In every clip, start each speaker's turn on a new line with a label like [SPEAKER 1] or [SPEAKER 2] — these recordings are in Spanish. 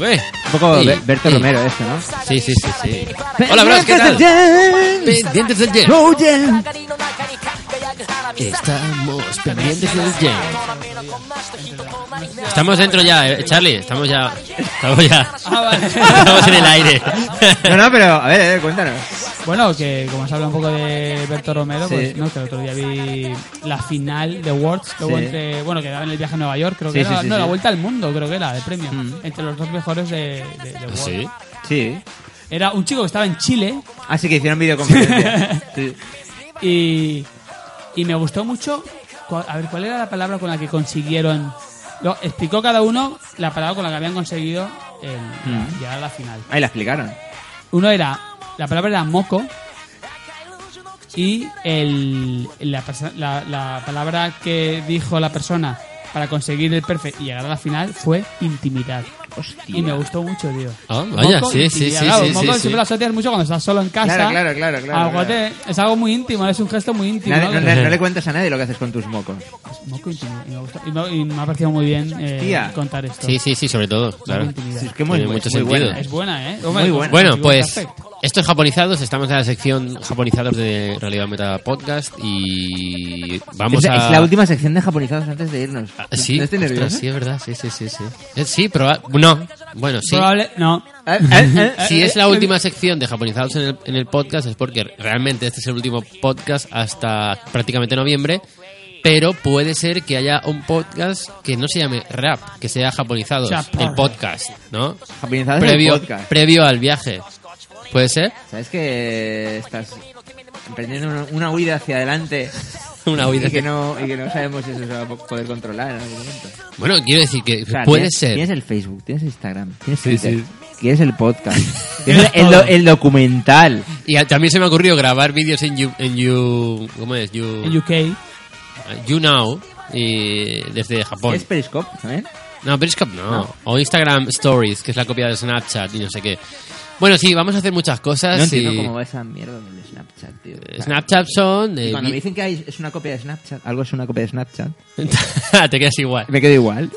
[SPEAKER 1] Ué,
[SPEAKER 2] Un poco
[SPEAKER 1] sí,
[SPEAKER 2] Be- Berto
[SPEAKER 1] sí.
[SPEAKER 2] Romero este, ¿no?
[SPEAKER 1] Sí, sí, sí, sí. Hola, Bros, ¿qué tal? Pendientes del Jen.
[SPEAKER 2] Oye.
[SPEAKER 1] Estamos pendientes del Jen. Estamos dentro ya, eh, Charlie. Estamos ya. Estamos ya.
[SPEAKER 3] Ah,
[SPEAKER 1] Estamos en el aire.
[SPEAKER 2] No, no, pero a ver, a ver, cuéntanos.
[SPEAKER 3] Bueno, que como se habla un poco de Berto Romero,
[SPEAKER 2] Sí.
[SPEAKER 3] pues no, que el otro día vi la final de Worlds, que hubo
[SPEAKER 2] Sí.
[SPEAKER 3] entre, bueno, que daban el viaje a Nueva York, creo
[SPEAKER 2] Sí,
[SPEAKER 3] que era,
[SPEAKER 2] sí, sí,
[SPEAKER 3] no, la
[SPEAKER 2] sí. Mm.
[SPEAKER 3] vuelta al mundo, creo que era, de premio, entre los dos mejores de, de- de Worlds.
[SPEAKER 1] Sí.
[SPEAKER 2] Sí.
[SPEAKER 3] Era un chico que estaba en Chile
[SPEAKER 2] Así que hicieron videoconferencia. Sí.
[SPEAKER 3] y, y me gustó mucho, cua- a ver, ¿cuál era la palabra con la que consiguieron? Lo, explicó cada uno la palabra con la que habían conseguido el-
[SPEAKER 2] Mm.
[SPEAKER 3] llegar a la final.
[SPEAKER 2] Ahí la explicaron.
[SPEAKER 3] Uno era, la palabra era moco y el, la, perso- la- la palabra que dijo la persona para conseguir el perfect y llegar a la final fue intimidad. Y me gustó mucho, tío.
[SPEAKER 1] Ah, vaya,
[SPEAKER 3] Moco,
[SPEAKER 1] sí, sí,
[SPEAKER 3] intimidad.
[SPEAKER 1] sí,
[SPEAKER 3] Claro,
[SPEAKER 1] sí,
[SPEAKER 3] moco
[SPEAKER 1] sí,
[SPEAKER 3] siempre
[SPEAKER 1] sí.
[SPEAKER 3] lo asocias mucho cuando estás solo en casa.
[SPEAKER 2] Claro, claro, claro, claro,
[SPEAKER 3] Algo
[SPEAKER 2] claro.
[SPEAKER 3] te- es algo muy íntimo, es un gesto muy íntimo.
[SPEAKER 2] Nadie-
[SPEAKER 3] ¿no?
[SPEAKER 2] no, le- no le cuentas a nadie lo que haces con tus mocos.
[SPEAKER 3] Moco íntimo, y me, gustó. Y me- y me ha parecido muy bien eh,
[SPEAKER 2] Hostia.
[SPEAKER 3] contar esto.
[SPEAKER 1] Sí, sí, sí, sobre todo.
[SPEAKER 3] Moco
[SPEAKER 1] Claro.
[SPEAKER 3] intimidad.
[SPEAKER 2] Sí, es que muy,
[SPEAKER 1] Tiene
[SPEAKER 2] muy-
[SPEAKER 1] mucho
[SPEAKER 2] muy
[SPEAKER 1] sentido.
[SPEAKER 2] buena.
[SPEAKER 3] Es buena, ¿eh?
[SPEAKER 2] Muy buena.
[SPEAKER 1] Bueno,
[SPEAKER 3] consigo
[SPEAKER 1] pues
[SPEAKER 3] perfect.
[SPEAKER 1] estos japonizados, estamos en la sección japonizados de Realidad Meta Podcast y vamos
[SPEAKER 2] es,
[SPEAKER 1] a...
[SPEAKER 2] es la última sección de japonizados antes de irnos.
[SPEAKER 1] Ah, Sí,
[SPEAKER 2] ¿No estoy
[SPEAKER 1] ostras,
[SPEAKER 2] nervioso? ¿eh?
[SPEAKER 1] sí, es verdad, sí, sí, sí. Sí, Eh, sí proba- No, bueno, sí.
[SPEAKER 3] Probable, no.
[SPEAKER 2] Ah, ah, ah,
[SPEAKER 1] Si
[SPEAKER 2] ah,
[SPEAKER 1] es la
[SPEAKER 2] ah,
[SPEAKER 1] última sección de japonizados en el, en el podcast es porque realmente este es el último podcast hasta prácticamente noviembre, pero puede ser que haya un podcast que no se llame rap, que sea japonizados,
[SPEAKER 3] O sea,
[SPEAKER 1] el
[SPEAKER 3] porra.
[SPEAKER 1] podcast, ¿no?
[SPEAKER 2] Japonizados es el
[SPEAKER 1] Previo,
[SPEAKER 2] podcast.
[SPEAKER 1] previo al viaje. ¿Puede ser?
[SPEAKER 2] ¿Sabes que estás emprendiendo una, una huida hacia adelante
[SPEAKER 1] Una huida
[SPEAKER 2] y que
[SPEAKER 1] hacia-
[SPEAKER 2] no y que no sabemos si eso se va a po- poder controlar en algún momento?
[SPEAKER 1] Bueno, quiero decir que
[SPEAKER 2] O sea,
[SPEAKER 1] puede
[SPEAKER 2] tienes-
[SPEAKER 1] ser.
[SPEAKER 2] Tienes el Facebook, tienes Instagram, tienes
[SPEAKER 1] Sí,
[SPEAKER 2] Twitter,
[SPEAKER 1] sí.
[SPEAKER 2] tienes el podcast, tienes el, do- el documental.
[SPEAKER 1] Y a- también se me ha ocurrido grabar vídeos en you, en you, ¿cómo es? You,
[SPEAKER 3] En UK.
[SPEAKER 1] You Now y desde Japón.
[SPEAKER 2] ¿Es Periscope también?
[SPEAKER 1] No, Periscope no. O Instagram Stories, que es la copia de Snapchat y no sé qué. Bueno, sí, vamos a hacer muchas cosas.
[SPEAKER 2] No entiendo
[SPEAKER 1] y-
[SPEAKER 2] cómo va esa mierda del Snapchat, tío. O sea,
[SPEAKER 1] Snapchat son... eh,
[SPEAKER 2] Cuando me
[SPEAKER 1] vi-
[SPEAKER 2] dicen que hay- es una copia de Snapchat, algo es una copia de Snapchat,
[SPEAKER 1] te quedas igual.
[SPEAKER 2] me quedo igual.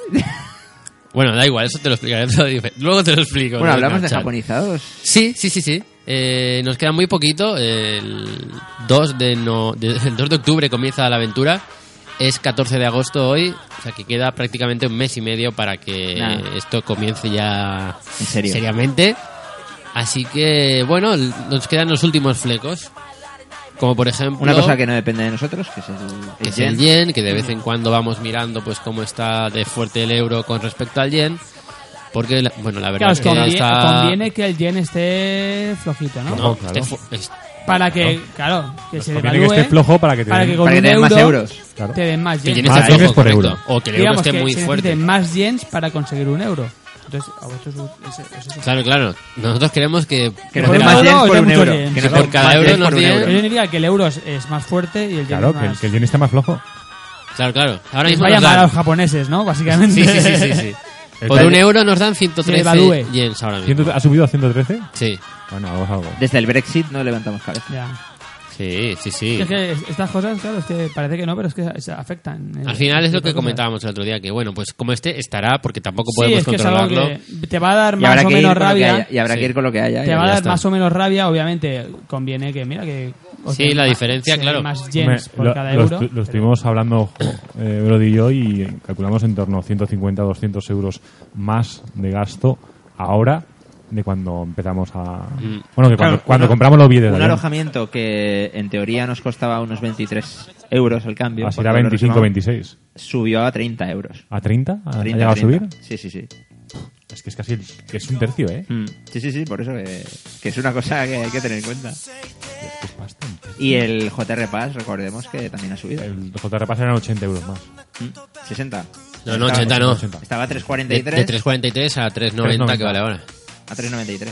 [SPEAKER 1] Bueno, da igual, eso te lo explicaré. otro día. Luego te lo explico.
[SPEAKER 2] bueno,
[SPEAKER 1] ¿no?
[SPEAKER 2] hablamos de
[SPEAKER 1] Snapchat.
[SPEAKER 2] japonizados.
[SPEAKER 1] Sí, sí, sí, sí. Eh, nos queda muy poquito. El 2 de, no- de- el 2 de octubre comienza la aventura. Es 14 de agosto hoy, o sea que queda prácticamente un mes y medio para que
[SPEAKER 2] Nada.
[SPEAKER 1] esto comience ya
[SPEAKER 2] En serio.
[SPEAKER 1] seriamente. Así que, bueno, l- nos quedan los últimos flecos. Como por ejemplo...
[SPEAKER 2] Una cosa que no depende de nosotros, que es el,
[SPEAKER 1] que
[SPEAKER 2] el
[SPEAKER 1] es el
[SPEAKER 2] yen.
[SPEAKER 1] yen, que de vez en cuando vamos mirando pues cómo está de fuerte el euro con respecto al yen. Porque, la- bueno, la verdad
[SPEAKER 3] Claro,
[SPEAKER 1] es que
[SPEAKER 3] conviene,
[SPEAKER 1] está...
[SPEAKER 3] conviene que el yen esté flojito, ¿no?
[SPEAKER 1] No,
[SPEAKER 4] Claro.
[SPEAKER 1] este fu- es-
[SPEAKER 3] Para que, claro, que se
[SPEAKER 4] Pues conviene que
[SPEAKER 3] devalúe.
[SPEAKER 4] esté flojo para que te den-
[SPEAKER 3] con
[SPEAKER 2] Para que
[SPEAKER 3] un
[SPEAKER 2] te den más
[SPEAKER 3] euro
[SPEAKER 2] euros.
[SPEAKER 4] Claro.
[SPEAKER 3] Te den más
[SPEAKER 1] Que
[SPEAKER 3] yenes.
[SPEAKER 1] yenes
[SPEAKER 4] Ah,
[SPEAKER 1] es flojo,
[SPEAKER 4] yenes por
[SPEAKER 1] correcto.
[SPEAKER 4] euro.
[SPEAKER 1] O que el euro
[SPEAKER 3] Digamos
[SPEAKER 1] esté
[SPEAKER 3] que
[SPEAKER 1] muy
[SPEAKER 3] se
[SPEAKER 1] fuerte.
[SPEAKER 3] necesiten más yens para conseguir un euro. Entonces, a vosotros es- es- es- es-
[SPEAKER 1] Claro, claro. Nosotros queremos que...
[SPEAKER 2] Que nos
[SPEAKER 3] Por
[SPEAKER 2] den
[SPEAKER 3] un
[SPEAKER 2] más
[SPEAKER 3] euro
[SPEAKER 2] yen
[SPEAKER 3] os
[SPEAKER 2] por
[SPEAKER 3] den
[SPEAKER 2] un
[SPEAKER 3] mucho
[SPEAKER 2] euro.
[SPEAKER 3] yen.
[SPEAKER 2] Que
[SPEAKER 1] Por
[SPEAKER 2] nos den
[SPEAKER 1] cada
[SPEAKER 2] más
[SPEAKER 1] euro
[SPEAKER 2] yen
[SPEAKER 1] nos
[SPEAKER 2] por un
[SPEAKER 1] den-
[SPEAKER 3] Pero yo diría que el euro es, es más fuerte y el yen
[SPEAKER 4] Claro,
[SPEAKER 3] es
[SPEAKER 4] que el,
[SPEAKER 3] más...
[SPEAKER 4] que el yen esté más flojo.
[SPEAKER 1] Claro, claro. Ahora
[SPEAKER 3] Les
[SPEAKER 1] mismo
[SPEAKER 3] va a
[SPEAKER 1] nos
[SPEAKER 3] llamar a
[SPEAKER 1] dan...
[SPEAKER 3] los japoneses, ¿no? Básicamente.
[SPEAKER 1] Sí, sí, sí, sí, sí.
[SPEAKER 4] El
[SPEAKER 1] Por
[SPEAKER 4] país-
[SPEAKER 1] un euro nos dan 113
[SPEAKER 3] devalúe.
[SPEAKER 1] yens ahora mismo.
[SPEAKER 4] ¿Ciento- ¿Ha subido a 113?
[SPEAKER 1] Sí,
[SPEAKER 4] Bueno, vamos a algo.
[SPEAKER 2] Desde el Brexit no levantamos cabeza.
[SPEAKER 3] Ya.
[SPEAKER 1] sí, sí, sí.
[SPEAKER 3] Es que es- estas cosas, claro, es que parece que no, pero es que se afectan. eh,
[SPEAKER 1] Al final es lo que
[SPEAKER 3] comentábamos
[SPEAKER 1] comentábamos el otro día, que bueno, pues como este estará, porque tampoco
[SPEAKER 3] Sí,
[SPEAKER 1] podemos
[SPEAKER 3] es que es algo
[SPEAKER 1] controlarlo.
[SPEAKER 3] que te va a dar
[SPEAKER 2] Y
[SPEAKER 3] más
[SPEAKER 2] habrá,
[SPEAKER 3] o
[SPEAKER 2] que ir,
[SPEAKER 3] menos
[SPEAKER 2] con lo que
[SPEAKER 3] rabia.
[SPEAKER 2] haya- y habrá
[SPEAKER 1] Sí.
[SPEAKER 2] que ir con lo que haya.
[SPEAKER 3] Te
[SPEAKER 2] y
[SPEAKER 3] va a
[SPEAKER 2] ya
[SPEAKER 3] dar
[SPEAKER 2] está.
[SPEAKER 3] más o menos rabia, obviamente. Conviene que, mira, que. os
[SPEAKER 1] Sí,
[SPEAKER 3] den
[SPEAKER 1] la
[SPEAKER 3] más-
[SPEAKER 1] diferencia,
[SPEAKER 3] sí,
[SPEAKER 1] claro.
[SPEAKER 3] Más
[SPEAKER 4] Hombre,
[SPEAKER 3] yens por
[SPEAKER 4] lo-
[SPEAKER 3] cada
[SPEAKER 4] lo
[SPEAKER 3] euro.
[SPEAKER 4] estu- Lo, estuvimos hablando jo, eh, Brody y yo y calculamos en torno a 150 200 euros más de gasto ahora de cuando empezamos a... Bueno,
[SPEAKER 2] Mm.
[SPEAKER 4] que cuando,
[SPEAKER 2] Claro,
[SPEAKER 4] cuando
[SPEAKER 2] una-
[SPEAKER 4] compramos los billetes.
[SPEAKER 2] Un
[SPEAKER 4] de avión.
[SPEAKER 2] alojamiento que en teoría nos costaba unos 23 euros el cambio.
[SPEAKER 4] Así
[SPEAKER 2] porque
[SPEAKER 4] Ah, era
[SPEAKER 2] ahora nos
[SPEAKER 4] 25,
[SPEAKER 2] vamos-
[SPEAKER 4] 26.
[SPEAKER 2] Subió a 30 euros.
[SPEAKER 4] ¿A 30? Ah, ¿Ha
[SPEAKER 2] 30,
[SPEAKER 4] llegado a
[SPEAKER 2] 30.
[SPEAKER 4] subir?
[SPEAKER 2] Sí, sí, sí.
[SPEAKER 4] Es que es casi... el- que es un tercio, ¿eh?
[SPEAKER 2] Mm. Sí, sí, sí, por eso que, que es una cosa que hay que tener en cuenta.
[SPEAKER 4] Es bastante.
[SPEAKER 2] Y el JR Pass, recordemos que también ha subido.
[SPEAKER 4] El JR Pass eran 80 euros más.
[SPEAKER 2] Mm. 60.
[SPEAKER 1] No, no,
[SPEAKER 2] Estaba-
[SPEAKER 1] 80 no.
[SPEAKER 4] 80.
[SPEAKER 2] Estaba a
[SPEAKER 1] De,
[SPEAKER 2] 3.43
[SPEAKER 1] de 3.43 a 3.90 que vale ahora.
[SPEAKER 2] a 3.93.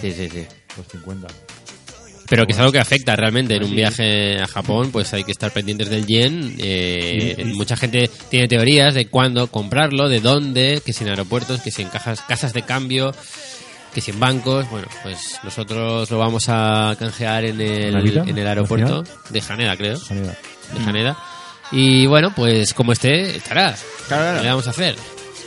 [SPEAKER 1] Sí, sí, sí.
[SPEAKER 4] Los 50.
[SPEAKER 1] Pero que es algo que afecta realmente en un viaje a Japón, pues hay que estar pendientes del yen. eh, mucha gente tiene teorías de cuándo comprarlo, de dónde, que si en aeropuertos, que si en cajas, casas de cambio, que si en bancos. Bueno, pues nosotros lo vamos a canjear en el,
[SPEAKER 4] ¿Haneda?
[SPEAKER 1] en el aeropuerto de Haneda, creo.
[SPEAKER 4] Sanidad.
[SPEAKER 1] De Haneda. Y bueno, pues como esté, estará.
[SPEAKER 2] Claro, claro.
[SPEAKER 1] ¿Qué le vamos a hacer?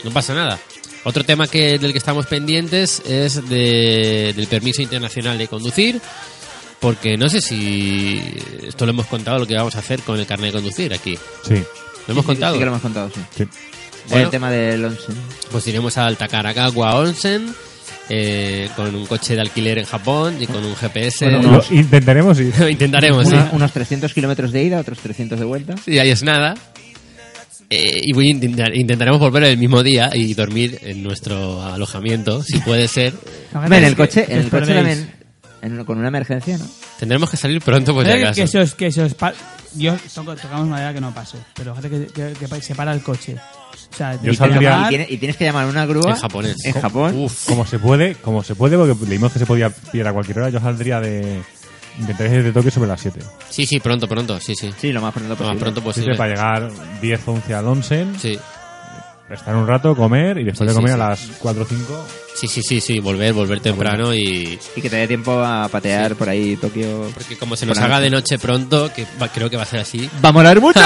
[SPEAKER 1] No pasa nada. Otro tema que, del que estamos pendientes es de- del permiso internacional de conducir, porque no sé si esto lo hemos contado, lo que vamos a hacer con el carnet de conducir aquí.
[SPEAKER 4] Sí,
[SPEAKER 1] ¿Lo hemos contado?
[SPEAKER 2] Sí que lo hemos contado, sí.
[SPEAKER 4] sí.
[SPEAKER 1] Bueno.
[SPEAKER 2] El tema del onsen.
[SPEAKER 1] Pues iremos al Takaragawa Onsen eh, con un coche de alquiler en Japón y con un GPS.
[SPEAKER 2] Bueno,
[SPEAKER 4] Lo intentaremos ir.
[SPEAKER 1] Lo intentaremos, ¿eh? sí.
[SPEAKER 2] Una- unos 300 kilómetros de ida, otros 300 de vuelta.
[SPEAKER 1] Sí, ahí es nada. Eh, y voy a intentar- intentaremos volver el mismo día y dormir en nuestro alojamiento, si puede ser.
[SPEAKER 2] Hombre, en el coche, en el coche
[SPEAKER 3] Perdéis.
[SPEAKER 2] también, en- con una emergencia, ¿no?
[SPEAKER 1] Tendremos que salir pronto, por si
[SPEAKER 3] Fíjate que
[SPEAKER 1] acaso.
[SPEAKER 3] eso es- que eso es pa- Yo toco- tocamos madera que no pase, pero fíjate que, que- que pa- se para el coche. O sea,
[SPEAKER 4] Yo
[SPEAKER 3] tienes que
[SPEAKER 4] saldría-
[SPEAKER 3] llamar-
[SPEAKER 2] Y, tiene- y tienes que llamar a una grúa.
[SPEAKER 1] En japonés.
[SPEAKER 2] En Japón.
[SPEAKER 1] Uf.
[SPEAKER 4] Como se puede, como se puede, porque leímos que se podía pillar a cualquier hora, yo saldría de... Intentaría ir de Tokio sobre las 7.
[SPEAKER 1] Sí, sí, pronto, pronto, sí, sí.
[SPEAKER 2] Sí, lo más pronto
[SPEAKER 1] Lo
[SPEAKER 2] posible.
[SPEAKER 1] más pronto posible.
[SPEAKER 4] Siempre para llegar 10, 11 al 11,
[SPEAKER 1] Pues Sí,
[SPEAKER 4] estar un rato, comer y después
[SPEAKER 1] Sí,
[SPEAKER 4] de comer
[SPEAKER 1] sí,
[SPEAKER 4] a
[SPEAKER 1] sí.
[SPEAKER 4] las 4 o 5
[SPEAKER 1] sí, sí, sí, sí, volver, volver temprano y...
[SPEAKER 2] Y que te dé tiempo a patear por ahí Tokio.
[SPEAKER 1] Porque como se nos
[SPEAKER 2] Por la
[SPEAKER 1] haga
[SPEAKER 2] noche.
[SPEAKER 1] de noche pronto, que va- creo que va a ser así.
[SPEAKER 2] ¡Va a molar mucho!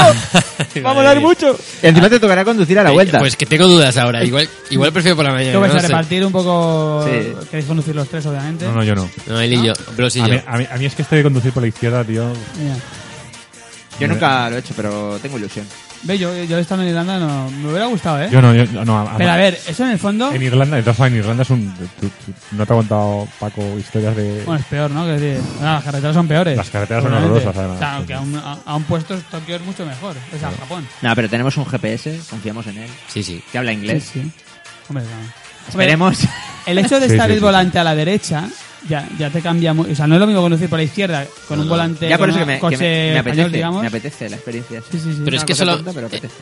[SPEAKER 1] Va a molar mucho.
[SPEAKER 2] Encima te tocará conducir a la
[SPEAKER 1] Eh,
[SPEAKER 2] vuelta.
[SPEAKER 1] Pues que tengo dudas ahora. Igual, igual prefiero por la mañana.
[SPEAKER 3] ¿Qué vais
[SPEAKER 1] no
[SPEAKER 3] a
[SPEAKER 1] sé.
[SPEAKER 3] repartir un poco?
[SPEAKER 2] Sí.
[SPEAKER 3] ¿Queréis conducir los tres, obviamente?
[SPEAKER 4] No, no, yo no.
[SPEAKER 1] No, él y yo. Bros y
[SPEAKER 4] A
[SPEAKER 1] yo.
[SPEAKER 4] mí, a mí- a mí es que estoy de conducir por la izquierda, tío.
[SPEAKER 3] Mira.
[SPEAKER 2] Yo nunca lo he hecho, pero tengo ilusión.
[SPEAKER 3] Ve, yo, yo he estado en Irlanda, no, me hubiera gustado, ¿eh?
[SPEAKER 4] Yo no, yo yo no. a- a-
[SPEAKER 3] Pero a ver, eso en el fondo...
[SPEAKER 4] En Irlanda, de todas formas, en Irlanda es un. tú- tú- no te ha contado Paco historias de.
[SPEAKER 3] Bueno, es peor, ¿no? Que decir, ah, las carreteras son peores.
[SPEAKER 4] Las carreteras son
[SPEAKER 3] Obviamente.
[SPEAKER 4] horrorosas, además.
[SPEAKER 3] O sea, aunque a un, a, a un puesto Tokio es mucho mejor. O sea, Japón.
[SPEAKER 2] No, pero tenemos un GPS, confiamos en él.
[SPEAKER 1] Sí, sí.
[SPEAKER 2] Que habla inglés.
[SPEAKER 3] Sí, sí. Hombre, no. Hombre,
[SPEAKER 2] Esperemos.
[SPEAKER 3] El hecho de
[SPEAKER 4] Sí,
[SPEAKER 3] estar
[SPEAKER 4] sí,
[SPEAKER 3] el
[SPEAKER 4] sí,
[SPEAKER 3] volante a la derecha ya, ya te cambia mucho. O sea, no es lo mismo conducir por la izquierda con un volante
[SPEAKER 2] ya por
[SPEAKER 3] con
[SPEAKER 2] eso que
[SPEAKER 3] un
[SPEAKER 2] me, que
[SPEAKER 3] coche
[SPEAKER 2] me- me apetece.
[SPEAKER 3] español, digamos.
[SPEAKER 2] Me apetece la experiencia.
[SPEAKER 3] Sí, sí, sí.
[SPEAKER 1] Pero es
[SPEAKER 2] Una
[SPEAKER 1] que
[SPEAKER 2] cosa
[SPEAKER 1] solo-
[SPEAKER 2] tonta, pero apetece.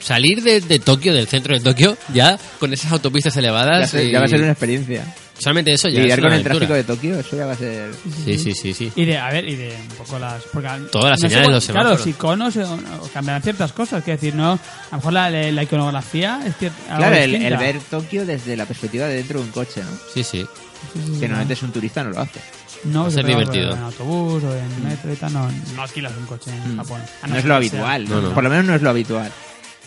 [SPEAKER 1] Salir de, de Tokio, del centro de Tokio, ya con esas autopistas
[SPEAKER 2] Ya,
[SPEAKER 1] elevadas.
[SPEAKER 2] sé,
[SPEAKER 1] y-
[SPEAKER 2] ya va a ser una experiencia.
[SPEAKER 1] Solamente eso ya.
[SPEAKER 2] Lidiar
[SPEAKER 1] es una
[SPEAKER 2] con el
[SPEAKER 1] aventura.
[SPEAKER 2] tráfico de Tokio, eso ya va a ser.
[SPEAKER 1] Sí, sí, sí, sí.
[SPEAKER 3] Y de, a ver, y de un poco las... Porque, al-
[SPEAKER 1] Todas las
[SPEAKER 3] no sé
[SPEAKER 1] señales,
[SPEAKER 3] cuál-
[SPEAKER 1] los semáforos.
[SPEAKER 3] Claro, los iconos eh, o- o cambiarán ciertas cosas. Quiero decir, no... A lo mejor la, la iconografía es cier- algo
[SPEAKER 2] Claro, el,
[SPEAKER 3] distinta.
[SPEAKER 2] el ver Tokio desde la perspectiva de dentro de un coche, ¿no?
[SPEAKER 1] Sí, sí.
[SPEAKER 3] Sí, sí, sí,
[SPEAKER 2] Que normalmente es un turista, no lo hace.
[SPEAKER 3] No,
[SPEAKER 1] Va a
[SPEAKER 3] que
[SPEAKER 1] ser
[SPEAKER 3] se pega
[SPEAKER 1] divertido.
[SPEAKER 3] En autobús o en metro y tal, no, no alquilas un coche en Japón. A
[SPEAKER 2] Mm. No es
[SPEAKER 3] ser
[SPEAKER 2] lo
[SPEAKER 3] que sea-
[SPEAKER 2] habitual.
[SPEAKER 1] No, no.
[SPEAKER 2] Por lo menos no es lo habitual.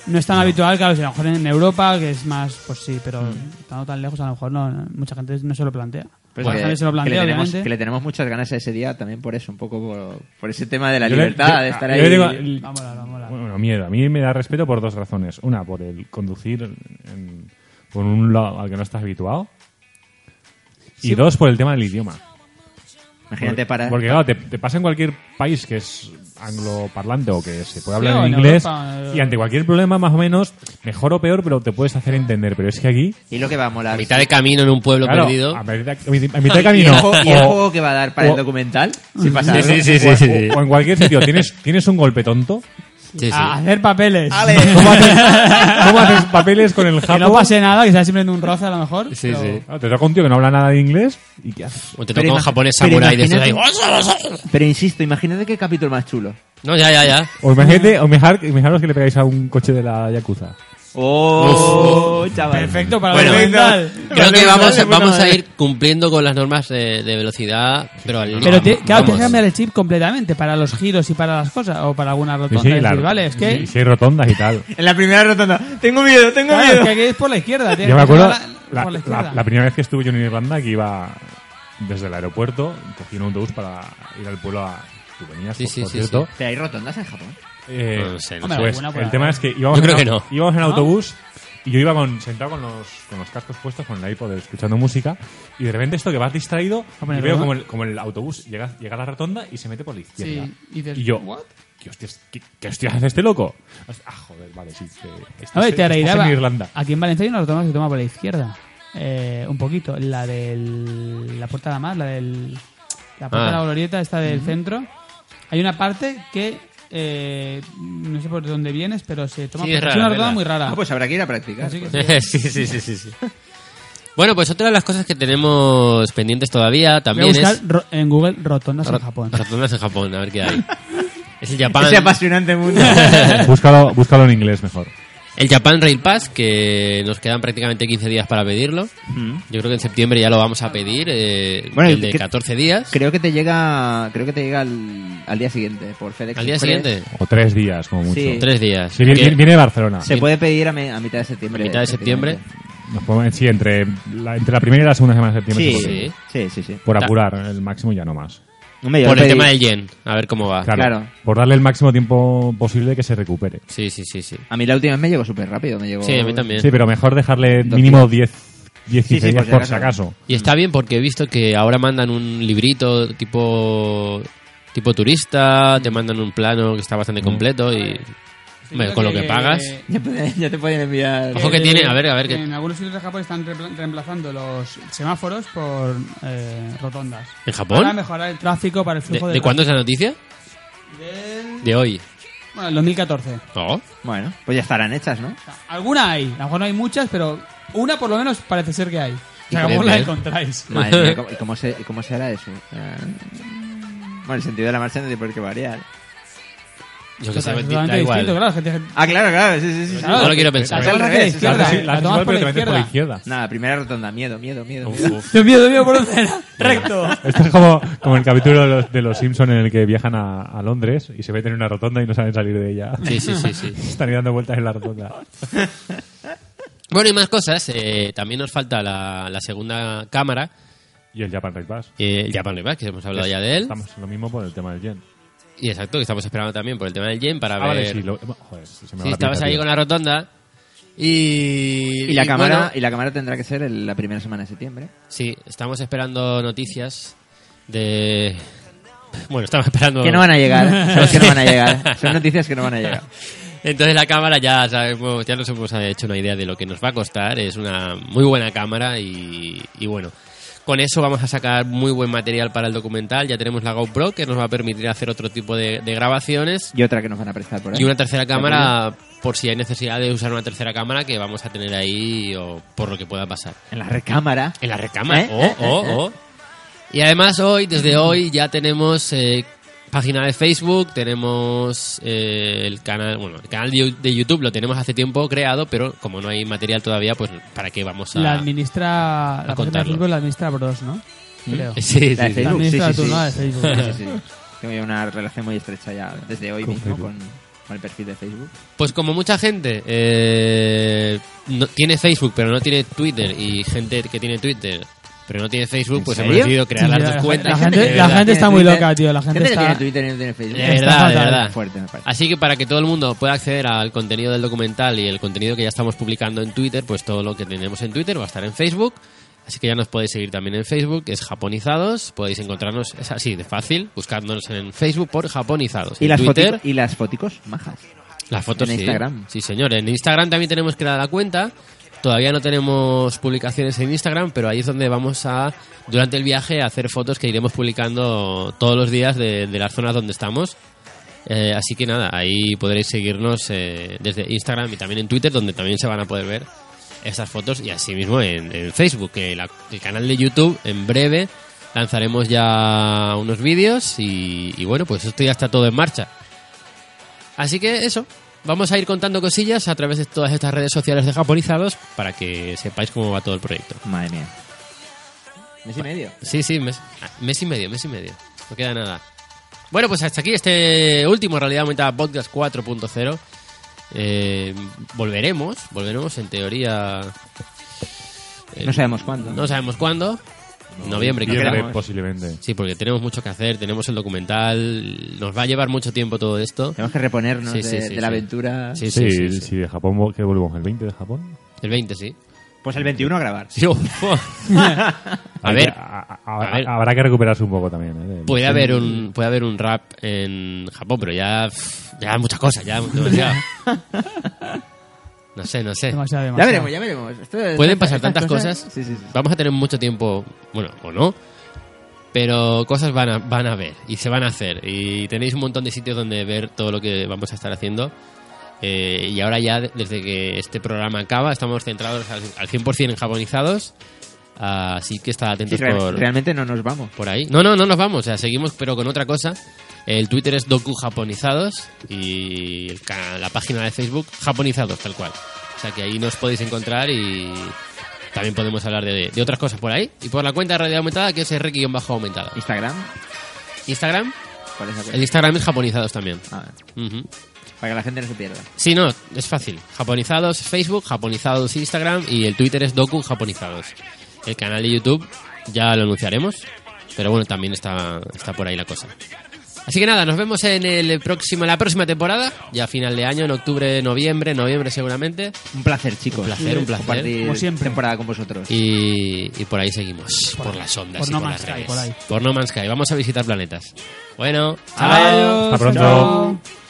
[SPEAKER 3] No es tan habitual, claro, si a lo mejor en Europa, que es más, pues sí, pero estando tan lejos, a lo mejor no, no- mucha gente no se lo plantea.
[SPEAKER 2] Mm. Pues
[SPEAKER 3] Mucha
[SPEAKER 2] que-
[SPEAKER 3] gente se lo
[SPEAKER 2] que,
[SPEAKER 3] plantea,
[SPEAKER 2] le tenemos,
[SPEAKER 3] obviamente.
[SPEAKER 2] que le tenemos muchas ganas a ese día también por eso, un poco por, por ese tema de la
[SPEAKER 4] Yo le-
[SPEAKER 2] libertad,
[SPEAKER 4] yo-
[SPEAKER 2] de estar
[SPEAKER 4] yo
[SPEAKER 2] ahí.
[SPEAKER 4] le digo- le-
[SPEAKER 3] Vamos a molar, va a molar.
[SPEAKER 4] Bueno, miedo. A mí me da respeto por dos razones. Una, por el conducir en- por un lado al que no estás habituado. Y
[SPEAKER 3] Sí.
[SPEAKER 4] dos, por el tema del idioma.
[SPEAKER 2] Imagínate para.
[SPEAKER 4] Porque, claro, te, te pasa en cualquier país que es angloparlante o que se puede hablar
[SPEAKER 3] Sí, o
[SPEAKER 4] en
[SPEAKER 3] en
[SPEAKER 4] inglés.
[SPEAKER 3] Europa, eh.
[SPEAKER 4] y ante cualquier problema, más o menos, mejor o peor, pero te puedes hacer entender. Pero es que aquí.
[SPEAKER 2] y lo que va a
[SPEAKER 1] A
[SPEAKER 2] molar.
[SPEAKER 1] mitad de camino en un pueblo
[SPEAKER 4] claro,
[SPEAKER 1] perdido.
[SPEAKER 4] A mitad, a mitad- a mitad de
[SPEAKER 2] y, el
[SPEAKER 4] camino.
[SPEAKER 2] juego, y el
[SPEAKER 4] o-
[SPEAKER 2] juego que va a dar para
[SPEAKER 4] o-
[SPEAKER 2] el documental, si pasa
[SPEAKER 1] Sí,
[SPEAKER 2] algo.
[SPEAKER 1] sí, sí, sí,
[SPEAKER 4] o-
[SPEAKER 1] sí,
[SPEAKER 4] o-
[SPEAKER 1] sí.
[SPEAKER 4] o en cualquier sitio tienes, tienes un golpe tonto.
[SPEAKER 1] Sí, sí.
[SPEAKER 3] A hacer papeles.
[SPEAKER 4] ¿Cómo haces, cómo haces papeles con el
[SPEAKER 3] Que
[SPEAKER 4] japo?
[SPEAKER 3] no pase nada, que sea simplemente un roce a lo mejor.
[SPEAKER 1] Sí,
[SPEAKER 3] pero-
[SPEAKER 1] sí.
[SPEAKER 4] Claro, ah, te toca un tío que no habla nada de inglés y qué haces.
[SPEAKER 1] O te
[SPEAKER 2] Pero
[SPEAKER 1] toca un
[SPEAKER 2] imagi-
[SPEAKER 1] japonés
[SPEAKER 2] pero
[SPEAKER 1] samurai de estos ahí.
[SPEAKER 2] Pero insisto, imagínate qué capítulo más chulo.
[SPEAKER 1] No, ya, ya, ya.
[SPEAKER 4] O imagínate, o imajar- imaginaros que le pegáis a un coche de la Yakuza.
[SPEAKER 2] ¡Oh, chaval!
[SPEAKER 3] Perfecto para
[SPEAKER 1] Bueno,
[SPEAKER 3] el documental.
[SPEAKER 1] Creo que vamos,
[SPEAKER 2] de puta
[SPEAKER 1] vamos a
[SPEAKER 3] eh.
[SPEAKER 2] madre.
[SPEAKER 1] ir cumpliendo con las normas de, de velocidad, pero al
[SPEAKER 3] Pero te, claro, tienes
[SPEAKER 1] vamos.
[SPEAKER 3] que cambiar el chip completamente para los giros y para las cosas, o para alguna rotonda.
[SPEAKER 4] Sí, sí,
[SPEAKER 3] Es
[SPEAKER 4] la-
[SPEAKER 3] decir, vale, es que
[SPEAKER 4] sí, sí, hay rotondas y tal.
[SPEAKER 2] En la primera rotonda. Tengo miedo, tengo
[SPEAKER 3] Claro, es
[SPEAKER 2] miedo.
[SPEAKER 3] que aquí es por la izquierda. tío.
[SPEAKER 4] Yo me acuerdo,
[SPEAKER 3] Por
[SPEAKER 4] la,
[SPEAKER 3] por la
[SPEAKER 4] la-
[SPEAKER 3] izquierda.
[SPEAKER 4] la primera vez que estuve yo en Irlanda, que iba desde el aeropuerto, cogí un autobús para ir al pueblo a... Tú venías,
[SPEAKER 1] Sí,
[SPEAKER 4] por,
[SPEAKER 1] sí,
[SPEAKER 4] por
[SPEAKER 1] sí,
[SPEAKER 4] cierto.
[SPEAKER 2] Pero hay rotondas en Japón.
[SPEAKER 4] Eh,
[SPEAKER 1] No sé, no
[SPEAKER 3] Hombre,
[SPEAKER 4] pues,
[SPEAKER 3] alguna puede
[SPEAKER 4] el tema
[SPEAKER 3] haber.
[SPEAKER 4] es que íbamos,
[SPEAKER 1] Yo creo
[SPEAKER 4] en,
[SPEAKER 1] que no.
[SPEAKER 4] íbamos en
[SPEAKER 3] ¿No?
[SPEAKER 4] autobús y yo iba con, sentado con los, con los cascos puestos, con el iPod, escuchando música, y de repente esto que vas distraído,
[SPEAKER 3] Hombre,
[SPEAKER 4] y veo
[SPEAKER 3] ¿no?
[SPEAKER 4] como el, como el autobús llega, llega a la rotonda y se mete por la izquierda.
[SPEAKER 3] Sí, y dices,
[SPEAKER 4] yo,
[SPEAKER 3] "What?".
[SPEAKER 4] ¿qué hostias, qué, qué hostias hace este loco? Ah, joder, vale, sí. que estás-
[SPEAKER 3] A ver, te
[SPEAKER 4] estás
[SPEAKER 3] reirá.
[SPEAKER 4] en Irlanda.
[SPEAKER 3] Aquí en Valencia hay una rotonda que se toma por la izquierda. Eh, un poquito. La del. La puerta de la mar, la del. La puerta
[SPEAKER 1] Ah.
[SPEAKER 3] de la glorieta, esta del centro. Hay una parte que. eh, no sé por dónde vienes, pero se toma
[SPEAKER 1] Sí,
[SPEAKER 3] por-
[SPEAKER 1] es rara,
[SPEAKER 3] una
[SPEAKER 1] es
[SPEAKER 3] rotonda
[SPEAKER 1] rara.
[SPEAKER 3] muy rara.
[SPEAKER 2] Ah, pues habrá que ir a practicar.
[SPEAKER 3] Así que
[SPEAKER 2] pues.
[SPEAKER 3] sí.
[SPEAKER 1] sí, sí, sí, sí, sí. Bueno, pues otra de las cosas que tenemos pendientes todavía
[SPEAKER 3] Voy a
[SPEAKER 1] también
[SPEAKER 3] buscar
[SPEAKER 1] es
[SPEAKER 3] ro- en Google rotondas en Japón.
[SPEAKER 1] rotondas en Japón, a ver qué hay. Es el Japan,
[SPEAKER 2] Ese apasionante mundo.
[SPEAKER 4] búscalo, búscalo en inglés mejor.
[SPEAKER 1] el Japan Rail Pass, que nos quedan prácticamente 15 días para pedirlo.
[SPEAKER 2] Mm.
[SPEAKER 1] Yo creo que en septiembre ya lo vamos a pedir, eh,
[SPEAKER 2] Bueno,
[SPEAKER 1] el de
[SPEAKER 2] que-
[SPEAKER 1] 14 días.
[SPEAKER 2] creo que te llega, creo que te llega al, al día siguiente por FedEx.
[SPEAKER 1] Al día
[SPEAKER 2] Express.
[SPEAKER 1] siguiente,
[SPEAKER 4] O tres días, como mucho.
[SPEAKER 2] Sí.
[SPEAKER 1] tres días.
[SPEAKER 4] Sí, viene,
[SPEAKER 1] Que-
[SPEAKER 4] viene de Barcelona.
[SPEAKER 2] Se puede pedir a, me- a mitad de septiembre.
[SPEAKER 1] mitad de septiembre.
[SPEAKER 2] prácticamente.
[SPEAKER 4] Nos podemos, sí, entre la, entre la primera y la segunda semana de septiembre.
[SPEAKER 2] Sí,
[SPEAKER 4] se puede.
[SPEAKER 2] sí, sí, sí. sí.
[SPEAKER 4] Por
[SPEAKER 1] Da.
[SPEAKER 4] apurar el máximo ya no más.
[SPEAKER 2] Hombre, yo
[SPEAKER 1] Por
[SPEAKER 2] le
[SPEAKER 1] el
[SPEAKER 2] pedí-
[SPEAKER 1] tema del yen, a ver cómo va.
[SPEAKER 4] Claro,
[SPEAKER 2] Claro.
[SPEAKER 4] Por darle el máximo tiempo posible que se recupere.
[SPEAKER 1] Sí, sí, sí, sí.
[SPEAKER 2] A mí la última vez me llegó súper rápido. Me llegó...
[SPEAKER 1] Sí, a mí también.
[SPEAKER 4] Sí, pero mejor dejarle
[SPEAKER 2] Dos
[SPEAKER 4] mínimo 10, 10
[SPEAKER 2] Sí,
[SPEAKER 4] 15
[SPEAKER 2] sí, por
[SPEAKER 4] días
[SPEAKER 2] si
[SPEAKER 4] por si
[SPEAKER 2] acaso.
[SPEAKER 4] acaso.
[SPEAKER 1] Y está bien porque he visto que ahora mandan un librito tipo tipo turista, te mandan un plano que está bastante completo y hombre, con lo que pagas.
[SPEAKER 2] Ya, pueden- ya te pueden enviar...
[SPEAKER 1] Ojo que tiene- a ver, a ver, que-
[SPEAKER 3] En algunos sitios de Japón están repla- reemplazando los semáforos por eh, rotondas.
[SPEAKER 1] ¿En Japón?
[SPEAKER 3] Para mejorar el tráfico, para el
[SPEAKER 1] ¿De,
[SPEAKER 3] flujo
[SPEAKER 1] de cuándo es la noticia?
[SPEAKER 3] Del-
[SPEAKER 1] De hoy.
[SPEAKER 3] Bueno, el 2014.
[SPEAKER 1] Oh,
[SPEAKER 2] Bueno, pues ya estarán hechas, ¿no?
[SPEAKER 3] O sea, alguna hay. A lo mejor no hay muchas, pero una por lo menos parece ser que hay. O sea,
[SPEAKER 1] Bien,
[SPEAKER 3] como la
[SPEAKER 1] bien.
[SPEAKER 3] encontráis.
[SPEAKER 2] Madre mía, ¿cómo, y cómo se, y cómo se hará eso? Ah, Bueno, el sentido de la marcha no tiene por qué variar.
[SPEAKER 1] yo que sé,
[SPEAKER 3] Totalmente
[SPEAKER 1] da
[SPEAKER 3] distinto,
[SPEAKER 1] igual.
[SPEAKER 3] claro, gente- gente-
[SPEAKER 2] Ah, claro, claro, sí, sí, sí. sí.
[SPEAKER 3] Claro.
[SPEAKER 1] No lo quiero
[SPEAKER 3] la
[SPEAKER 1] pensar.
[SPEAKER 3] tomas por
[SPEAKER 2] revés,
[SPEAKER 3] la
[SPEAKER 2] es al
[SPEAKER 3] izquierda,
[SPEAKER 4] Las haces-
[SPEAKER 3] la
[SPEAKER 4] las
[SPEAKER 3] tomas
[SPEAKER 4] haces
[SPEAKER 3] por
[SPEAKER 4] igual,
[SPEAKER 3] la
[SPEAKER 4] pero te metes por la
[SPEAKER 3] izquierda.
[SPEAKER 4] izquierda.
[SPEAKER 2] Nada, primera rotonda, miedo, miedo, miedo.
[SPEAKER 1] Uf,
[SPEAKER 2] miedo.
[SPEAKER 1] uf.
[SPEAKER 3] Dios mío, Dios mío, por dónde era. Recto.
[SPEAKER 4] Esto es como, como el capítulo de los, de los Simpsons en el que viajan a, a Londres y se meten en una rotonda y no saben salir de ella.
[SPEAKER 1] Sí, sí, sí, sí.
[SPEAKER 4] Están ahí dando vueltas en la rotonda.
[SPEAKER 1] Bueno, y más cosas. eh, también nos falta la, la segunda cámara,
[SPEAKER 4] Y el Japan Race Pass.
[SPEAKER 1] eh, el Japan Revive, que hemos hablado ya de él.
[SPEAKER 4] Estamos en lo mismo por el tema del yen.
[SPEAKER 1] Y exacto, que estamos esperando también por el tema del yen para
[SPEAKER 4] Ah,
[SPEAKER 1] ver...
[SPEAKER 4] vale, sí. Lo, joder, se me va
[SPEAKER 1] Sí,
[SPEAKER 4] la
[SPEAKER 1] estabas
[SPEAKER 4] pinza,
[SPEAKER 1] ahí
[SPEAKER 4] tío.
[SPEAKER 1] con la rotonda y...
[SPEAKER 2] Y la,
[SPEAKER 1] y
[SPEAKER 2] cámara,
[SPEAKER 1] bueno,
[SPEAKER 2] y la cámara tendrá que ser el- la primera semana de septiembre.
[SPEAKER 1] sí, estamos esperando noticias de... Bueno, estamos esperando...
[SPEAKER 2] Que no van a llegar, sabes que no van a llegar. Son noticias que no van a llegar.
[SPEAKER 1] Entonces la cámara ya sabemos, ya nos hemos hecho una idea de lo que nos va a costar. Es una muy buena cámara y, y bueno, con eso vamos a sacar muy buen material para el documental. Ya tenemos la GoPro que nos va a permitir hacer otro tipo de, de grabaciones
[SPEAKER 2] Y otra que nos van a prestar por ahí.
[SPEAKER 1] y una tercera cámara por si hay necesidad de usar una tercera cámara que vamos a tener ahí o por lo que pueda pasar.
[SPEAKER 2] En la recámara.
[SPEAKER 1] En la recámara.
[SPEAKER 2] ¿Eh?
[SPEAKER 1] Oh, oh, oh. Y además hoy, desde hoy, ya tenemos eh, página de Facebook, tenemos eh, el canal, bueno, el canal de Yu- de YouTube lo tenemos hace tiempo creado, pero como no hay material todavía, pues ¿para qué vamos a...?
[SPEAKER 3] La administra. La página de
[SPEAKER 1] contarlo. Mm,
[SPEAKER 3] Facebook la administra Bros, ¿no? Creo.
[SPEAKER 1] Sí,
[SPEAKER 2] La
[SPEAKER 1] sí, sí.
[SPEAKER 2] de Facebook.
[SPEAKER 3] La
[SPEAKER 2] Sí,
[SPEAKER 3] administra
[SPEAKER 2] sí,
[SPEAKER 3] tú,
[SPEAKER 2] sí.
[SPEAKER 3] ¿no? La de Facebook.
[SPEAKER 2] Sí, sí, sí. Tengo ya una relación muy estrecha ya desde hoy
[SPEAKER 4] Con
[SPEAKER 2] mismo
[SPEAKER 4] Facebook.
[SPEAKER 2] con, con el perfil de Facebook.
[SPEAKER 1] Pues como mucha gente eh, no, tiene Facebook, pero no tiene Twitter, y gente que tiene Twitter, pero no tiene Facebook,
[SPEAKER 2] ¿En
[SPEAKER 1] pues
[SPEAKER 2] serio?
[SPEAKER 1] hemos decidido crear las
[SPEAKER 3] Sí, la-
[SPEAKER 1] dos
[SPEAKER 3] la
[SPEAKER 1] cuentas.
[SPEAKER 3] gente-
[SPEAKER 1] de
[SPEAKER 3] la
[SPEAKER 1] verdad.
[SPEAKER 3] gente-
[SPEAKER 2] Tiene
[SPEAKER 3] está muy
[SPEAKER 2] Twitter.
[SPEAKER 3] loca, tío, la gente
[SPEAKER 2] que
[SPEAKER 3] está-
[SPEAKER 2] tiene Twitter y no tiene Facebook.
[SPEAKER 1] De
[SPEAKER 2] Está
[SPEAKER 1] verdad,
[SPEAKER 2] fatal.
[SPEAKER 1] de verdad.
[SPEAKER 2] Fuerte, me parece.
[SPEAKER 1] Así que para que todo el mundo pueda acceder al contenido del documental y el contenido que ya estamos publicando en Twitter, pues todo lo que tenemos en Twitter va a estar en Facebook. Así que ya nos podéis seguir también en Facebook, es Japonizados. Podéis encontrarnos, es así de fácil, buscándonos en Facebook por Japonizados.
[SPEAKER 2] Y
[SPEAKER 1] en
[SPEAKER 2] las,
[SPEAKER 1] Twitter,
[SPEAKER 2] fotico- y las foticos majas.
[SPEAKER 1] las fotos
[SPEAKER 2] en
[SPEAKER 1] sí.
[SPEAKER 2] Instagram.
[SPEAKER 1] Sí, señor. En Instagram también tenemos creada la cuenta. Todavía no tenemos publicaciones en Instagram, pero ahí es donde vamos a, durante el viaje, a hacer fotos que iremos publicando todos los días de, de las zonas donde estamos. Eh, así que nada, ahí podréis seguirnos eh, desde Instagram y también en Twitter, donde también se van a poder ver estas fotos y asimismo en, en Facebook, que la- el canal de YouTube en breve lanzaremos ya unos vídeos y, y bueno, pues esto ya está todo en marcha. Así que eso, vamos a ir contando cosillas a través de todas estas redes sociales de japonizados para que sepáis cómo va todo el proyecto.
[SPEAKER 2] Madre mía. Mes y medio.
[SPEAKER 1] Sí, sí, mes, ah, mes y medio, mes y medio. No queda nada. Bueno, pues hasta aquí este último Realidad Aumentada Podcast 4.0. Eh, volveremos, volveremos en teoría... eh,
[SPEAKER 2] No sabemos cuándo.
[SPEAKER 1] No sabemos cuándo. Noviembre,
[SPEAKER 4] Noviembre,
[SPEAKER 1] quizá.
[SPEAKER 2] queremos.
[SPEAKER 4] posiblemente.
[SPEAKER 1] Sí, porque tenemos mucho que hacer, tenemos el documental, nos va a llevar mucho tiempo todo esto.
[SPEAKER 2] Tenemos que reponernos
[SPEAKER 1] Sí, sí,
[SPEAKER 2] de,
[SPEAKER 1] sí,
[SPEAKER 2] de
[SPEAKER 1] sí.
[SPEAKER 2] la aventura.
[SPEAKER 1] Sí, sí,
[SPEAKER 4] Sí,
[SPEAKER 1] sí, sí.
[SPEAKER 4] sí, de Japón, vo- que volvemos el 20 de Japón.
[SPEAKER 1] El 20, sí.
[SPEAKER 2] Pues el 21 a grabar.
[SPEAKER 1] Sí, ojo. a
[SPEAKER 4] Hay
[SPEAKER 1] ver,
[SPEAKER 4] que- a- a-
[SPEAKER 1] a ver.
[SPEAKER 4] habrá que recuperarse un poco también. ¿eh? del-
[SPEAKER 1] puede haber un puede haber un rap en Japón, pero ya pff, ya muchas cosas, ya demasiado. No sé, no sé.
[SPEAKER 3] Demasiado,
[SPEAKER 2] Ya
[SPEAKER 3] demasiado.
[SPEAKER 2] veremos, ya veremos. Esto-
[SPEAKER 1] Pueden
[SPEAKER 2] estas-
[SPEAKER 1] pasar
[SPEAKER 2] estas
[SPEAKER 1] tantas cosas.
[SPEAKER 2] Sí, sí, sí.
[SPEAKER 1] Vamos a tener mucho tiempo, bueno, o no, pero cosas van a, van a ver y se van a hacer. Y tenéis un montón de sitios donde ver todo lo que vamos a estar haciendo. Eh, y ahora ya, desde que este programa acaba, estamos centrados al, al 100% en japonizados. Así que estad
[SPEAKER 2] Sí,
[SPEAKER 1] atentos
[SPEAKER 2] real-
[SPEAKER 1] por,
[SPEAKER 2] Realmente no nos vamos.
[SPEAKER 1] por ahí. No, no, no nos vamos, o sea, seguimos pero con otra cosa. El Twitter es Doku Japonizados y el ca- la página de Facebook Japonizados, tal cual. O sea que ahí nos podéis encontrar y también podemos hablar de, de otras cosas por ahí. Y por la cuenta de Realidad Aumentada que es R-Aumentada.
[SPEAKER 2] Instagram.
[SPEAKER 1] Instagram,
[SPEAKER 2] ¿Cuál es la
[SPEAKER 1] el
[SPEAKER 2] cuenta?
[SPEAKER 1] Instagram es Japonizados también.
[SPEAKER 2] Ah,
[SPEAKER 1] Ujú.
[SPEAKER 2] Para que la gente no se pierda.
[SPEAKER 1] Sí, no, es fácil. Japonizados Facebook, japonizados Instagram y el Twitter es Doku Japonizados. El canal de YouTube ya lo anunciaremos, pero bueno, también está, está por ahí la cosa. Así que nada, nos vemos en el próximo, la próxima temporada, ya a final de año, en octubre, noviembre, noviembre seguramente.
[SPEAKER 2] Un placer, chicos.
[SPEAKER 1] Un placer, un placer.
[SPEAKER 2] Compartir
[SPEAKER 3] Como siempre.
[SPEAKER 2] temporada con vosotros.
[SPEAKER 1] Y, y por ahí seguimos, por, las ondas
[SPEAKER 3] por
[SPEAKER 1] y
[SPEAKER 3] No
[SPEAKER 1] por las
[SPEAKER 3] Man's Sky,
[SPEAKER 1] redes.
[SPEAKER 3] por ahí.
[SPEAKER 1] por No Man's Sky, vamos a visitar planetas. Bueno, chao.
[SPEAKER 3] Adiós,
[SPEAKER 4] Hasta pronto.
[SPEAKER 3] chao.